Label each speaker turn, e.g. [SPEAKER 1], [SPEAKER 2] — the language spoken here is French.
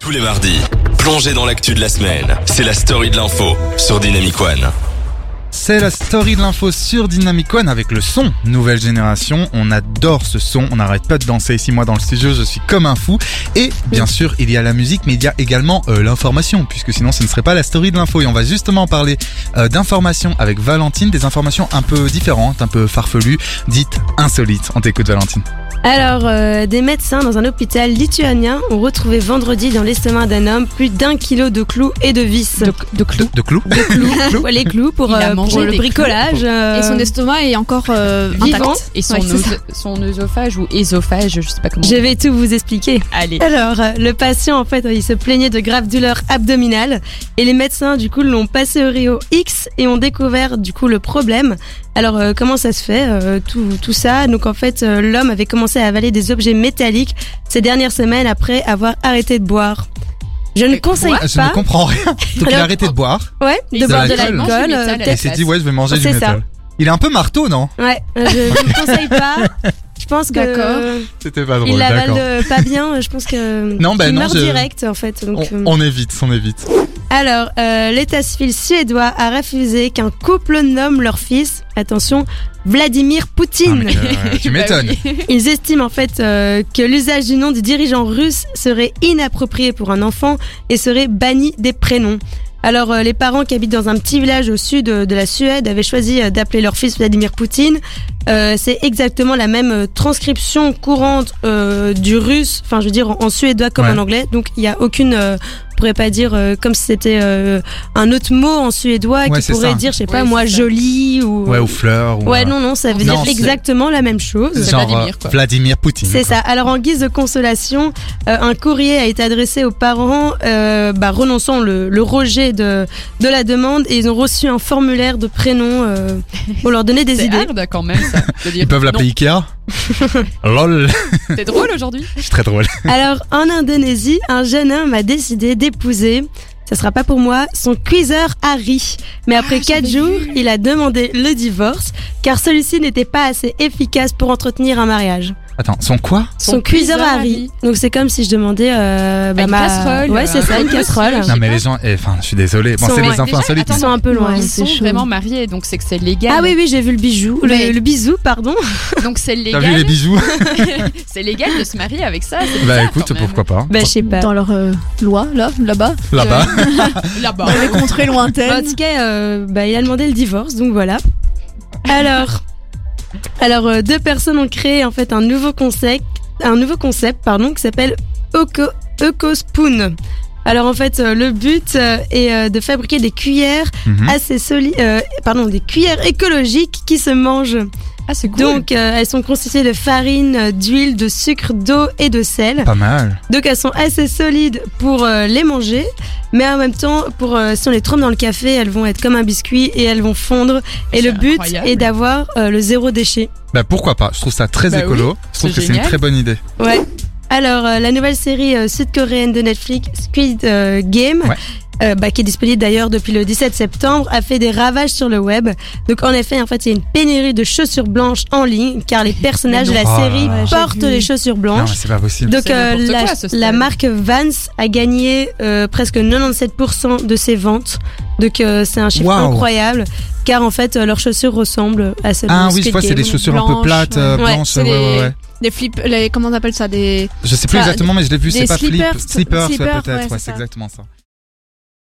[SPEAKER 1] tous les mardis. Plongez dans l'actu de la semaine. C'est la story de l'info sur Dynamic One.
[SPEAKER 2] C'est la story de l'info sur Dynamic One avec le son nouvelle génération. On adore ce son, on n'arrête pas de danser ici moi dans le studio, je suis comme un fou. Et bien sûr, il y a la musique, mais il y a également euh, l'information, puisque sinon ce ne serait pas la story de l'info. Et on va justement parler euh, d'informations avec Valentine, des informations un peu différentes, un peu farfelues, dites insolites. On t'écoute Valentine.
[SPEAKER 3] Alors, euh, des médecins dans un hôpital lituanien ont retrouvé vendredi dans l'estomac d'un homme plus d'un kilo de clous et de vis.
[SPEAKER 4] De, de clous.
[SPEAKER 2] De, de clous
[SPEAKER 3] Ah, Ouais, les clous pour,
[SPEAKER 4] Il a
[SPEAKER 3] euh,
[SPEAKER 4] mangé
[SPEAKER 3] pour le
[SPEAKER 4] des
[SPEAKER 3] bricolage. euh,
[SPEAKER 4] Et son estomac est encore euh,
[SPEAKER 3] Vivant.
[SPEAKER 4] intact.
[SPEAKER 5] Et son,
[SPEAKER 3] Ouais, c'est
[SPEAKER 5] oeso- son œsophage ou ésophage, je sais pas comment.
[SPEAKER 3] je vais tout vous expliquer.
[SPEAKER 5] Allez.
[SPEAKER 3] Alors, euh, le patient, en fait, il se plaignait de graves douleurs abdominales et les médecins, du coup, l'ont passé au Rio X et ont découvert, du coup, le problème. Alors, euh, comment ça se fait, euh, tout, tout ça Donc, en fait, euh, l'homme avait commencé à avaler des objets métalliques ces dernières semaines après avoir arrêté de boire. Je ne
[SPEAKER 4] Euh,
[SPEAKER 3] conseille
[SPEAKER 2] Ah, je ne
[SPEAKER 3] pas
[SPEAKER 2] comprends rien. Donc il a
[SPEAKER 3] Alors,
[SPEAKER 2] arrêté de boire
[SPEAKER 3] ouais, de
[SPEAKER 2] de
[SPEAKER 3] boire de
[SPEAKER 2] l'alcool.
[SPEAKER 3] l'alcool.
[SPEAKER 4] Il mange du
[SPEAKER 3] euh,
[SPEAKER 4] métal.
[SPEAKER 2] et
[SPEAKER 3] peut-être-
[SPEAKER 2] il s'est dit ouais je vais manger du
[SPEAKER 3] C'est ça.
[SPEAKER 2] métal. Il est un peu marteau non
[SPEAKER 3] Ouais, euh, je ne conseille pas. Je pense que
[SPEAKER 4] D'accord.
[SPEAKER 3] euh,
[SPEAKER 2] C'était pas
[SPEAKER 3] il
[SPEAKER 2] drôle,
[SPEAKER 3] l'avale
[SPEAKER 2] d'accord.
[SPEAKER 3] euh, pas bien. Je pense que
[SPEAKER 2] Non, bah
[SPEAKER 3] il
[SPEAKER 2] non,
[SPEAKER 3] meurt
[SPEAKER 2] je-
[SPEAKER 3] direct en fait. Donc, euh,
[SPEAKER 2] On, on évite, on évite.
[SPEAKER 3] Alors, euh, l'état civil suédois a refusé qu'un couple nomme leur fils, attention, Vladimir
[SPEAKER 2] Ah,
[SPEAKER 3] Poutine.
[SPEAKER 2] mais,
[SPEAKER 5] Bah
[SPEAKER 2] euh, tu m'étonnes.
[SPEAKER 3] Ils estiment en fait euh, que l'usage du nom du dirigeant russe serait inapproprié pour un enfant et serait banni des prénoms. Alors euh, les parents qui habitent dans un petit village au sud euh, de la Suède avaient choisi euh, d'appeler leur fils Vladimir Poutine. Euh, c'est exactement la même euh, transcription courante euh, du russe, enfin je veux dire en, en suédois comme
[SPEAKER 2] Ouais.
[SPEAKER 3] en anglais. Donc il n'y a aucune, euh, on pourrait pas dire euh, comme si c'était euh, un autre mot en suédois
[SPEAKER 2] Ouais,
[SPEAKER 3] qui
[SPEAKER 2] c'est
[SPEAKER 3] pourrait
[SPEAKER 2] ça.
[SPEAKER 3] dire je sais pas
[SPEAKER 4] Ouais,
[SPEAKER 3] moi
[SPEAKER 4] c'est ça.
[SPEAKER 3] joli ou
[SPEAKER 2] Ouais, aux fleurs. Ou
[SPEAKER 3] ouais
[SPEAKER 2] euh,
[SPEAKER 3] non non ça veut
[SPEAKER 2] Non,
[SPEAKER 3] dire
[SPEAKER 2] c'est-
[SPEAKER 3] exactement la même chose.
[SPEAKER 2] Genre
[SPEAKER 4] Vladimir,
[SPEAKER 2] euh,
[SPEAKER 4] quoi.
[SPEAKER 2] Vladimir Poutine.
[SPEAKER 3] C'est
[SPEAKER 2] quoi.
[SPEAKER 3] ça. Alors en guise de consolation, euh, un courrier a été adressé aux parents euh, bah, renonçant le, le rejet de, de la demande et ils ont reçu un formulaire de prénom euh, pour leur donner des
[SPEAKER 5] C'est
[SPEAKER 3] idées.
[SPEAKER 5] hard quand même ça. de dire,
[SPEAKER 2] Ils peuvent l'appeler Ikea Lol,
[SPEAKER 5] non, T'es drôle aujourd'hui.
[SPEAKER 2] je suis très drôle.
[SPEAKER 3] Alors en Indonésie, un jeune homme a décidé d'épouser. Ça sera pas pour moi, son cuiseur Harry. Mais après quatre
[SPEAKER 4] j'avais
[SPEAKER 3] jours, il a demandé le divorce, car celui-ci n'était pas assez efficace pour entretenir un mariage.
[SPEAKER 2] Attends, son quoi
[SPEAKER 3] Son, cuiseur, Harry. Donc c'est comme si je demandais euh, bah,
[SPEAKER 5] Une
[SPEAKER 3] ma-
[SPEAKER 5] casserole,
[SPEAKER 3] Ouais, c'est
[SPEAKER 5] euh,
[SPEAKER 3] ça, une
[SPEAKER 5] un monsieur,
[SPEAKER 3] casserole.
[SPEAKER 5] je sais
[SPEAKER 2] Non mais
[SPEAKER 5] pas.
[SPEAKER 2] les gens, eh, enfin je suis désolé. Bon
[SPEAKER 3] Sont-
[SPEAKER 2] c'est
[SPEAKER 3] ouais.
[SPEAKER 2] les infos
[SPEAKER 5] Déjà,
[SPEAKER 2] insolites.
[SPEAKER 3] Ils
[SPEAKER 5] attends,
[SPEAKER 3] sont un peu loin.
[SPEAKER 5] Ils
[SPEAKER 3] Ah, c'est
[SPEAKER 5] sont
[SPEAKER 3] chaud.
[SPEAKER 5] vraiment mariés, donc c'est que c'est légal.
[SPEAKER 3] Ah oui, oui, j'ai vu le bijou.
[SPEAKER 4] Mais-
[SPEAKER 3] Le, le bisou, pardon.
[SPEAKER 5] Donc c'est
[SPEAKER 2] T'as vu les
[SPEAKER 5] légal.
[SPEAKER 2] bijoux
[SPEAKER 5] c'est légal de se marier avec ça. c'est
[SPEAKER 2] Bah
[SPEAKER 5] bizarre,
[SPEAKER 2] écoute,
[SPEAKER 5] quand même.
[SPEAKER 2] pourquoi pas.
[SPEAKER 3] Bah, je sais pas.
[SPEAKER 4] Dans leur euh, loi, là, là-bas,
[SPEAKER 2] Bah, Là-bas.
[SPEAKER 5] Là-bas.
[SPEAKER 4] dans les contrées
[SPEAKER 3] Bah, en
[SPEAKER 4] lointaines.
[SPEAKER 3] tout cas, euh, bah, il a demandé le divorce, donc voilà. Alors, alors euh, deux personnes ont créé en fait un nouveau concept, un nouveau concept pardon, qui s'appelle Oco, Ocospoon. Alors en fait, euh, le but euh, est euh, de fabriquer des cuillères
[SPEAKER 2] Mhm.
[SPEAKER 3] assez solides, pardon, des cuillères écologiques qui se mangent.
[SPEAKER 5] Ah c'est cool.
[SPEAKER 3] Donc euh, elles sont constituées de farine, euh, d'huile, de sucre, d'eau et de sel.
[SPEAKER 2] Pas mal.
[SPEAKER 3] Donc elles sont assez solides pour euh, les manger, mais en même temps, pour euh, si on les trempe dans le café, elles vont être comme un biscuit et elles vont fondre. Et
[SPEAKER 5] C'est
[SPEAKER 3] le but
[SPEAKER 5] incroyable.
[SPEAKER 3] est d'avoir euh, le zéro déchet.
[SPEAKER 2] Bah pourquoi pas. Je trouve ça très
[SPEAKER 5] Bah oui,
[SPEAKER 2] écolo. je trouve
[SPEAKER 5] c'est
[SPEAKER 2] que c'est une
[SPEAKER 5] génial.
[SPEAKER 2] très bonne idée.
[SPEAKER 3] Ouais. Alors euh, la nouvelle série euh, sud-coréenne de Netflix, Squid euh, Game.
[SPEAKER 2] Ouais.
[SPEAKER 3] euh, bah, qui est disponible d'ailleurs depuis le 17 septembre, a fait des ravages sur le web. Donc en effet, en fait, il y a une pénurie de chaussures blanches en ligne, car les personnages de
[SPEAKER 2] Mais
[SPEAKER 3] la
[SPEAKER 2] non.
[SPEAKER 3] série
[SPEAKER 2] Ah. Ouais,
[SPEAKER 4] j'ai
[SPEAKER 3] portent
[SPEAKER 4] vu.
[SPEAKER 3] les chaussures
[SPEAKER 2] Non
[SPEAKER 3] blanches.
[SPEAKER 2] mais c'est pas possible.
[SPEAKER 3] Donc
[SPEAKER 5] C'est
[SPEAKER 3] euh,
[SPEAKER 5] n'importe
[SPEAKER 3] la,
[SPEAKER 5] quoi, ce stade.
[SPEAKER 3] la marque Vans a gagné euh, presque 97% de ses ventes. Donc euh, c'est un chiffre
[SPEAKER 2] Waouh.
[SPEAKER 3] incroyable car en fait euh, leurs chaussures ressemblent à celles
[SPEAKER 2] Ah
[SPEAKER 3] de
[SPEAKER 2] oui, je
[SPEAKER 3] Squid
[SPEAKER 2] vois, c'est
[SPEAKER 3] Game.
[SPEAKER 2] des chaussures un peu
[SPEAKER 4] blanches,
[SPEAKER 2] plates, euh,
[SPEAKER 3] ouais. Ouais,
[SPEAKER 2] blanches.
[SPEAKER 4] c'est
[SPEAKER 2] Ouais, ouais,
[SPEAKER 4] les-
[SPEAKER 2] ouais.
[SPEAKER 4] Des flips, les, comment on appelle ça Des.
[SPEAKER 2] Je sais plus
[SPEAKER 4] Enfin,
[SPEAKER 2] exactement, mais je l'ai vu,
[SPEAKER 4] des
[SPEAKER 2] c'est pas flip.
[SPEAKER 4] slippers,
[SPEAKER 2] Slippers, ouais,
[SPEAKER 4] slippers, ouais,
[SPEAKER 2] peut-être. Ouais,
[SPEAKER 4] c'est
[SPEAKER 2] c'est
[SPEAKER 4] ça.
[SPEAKER 2] exactement ça.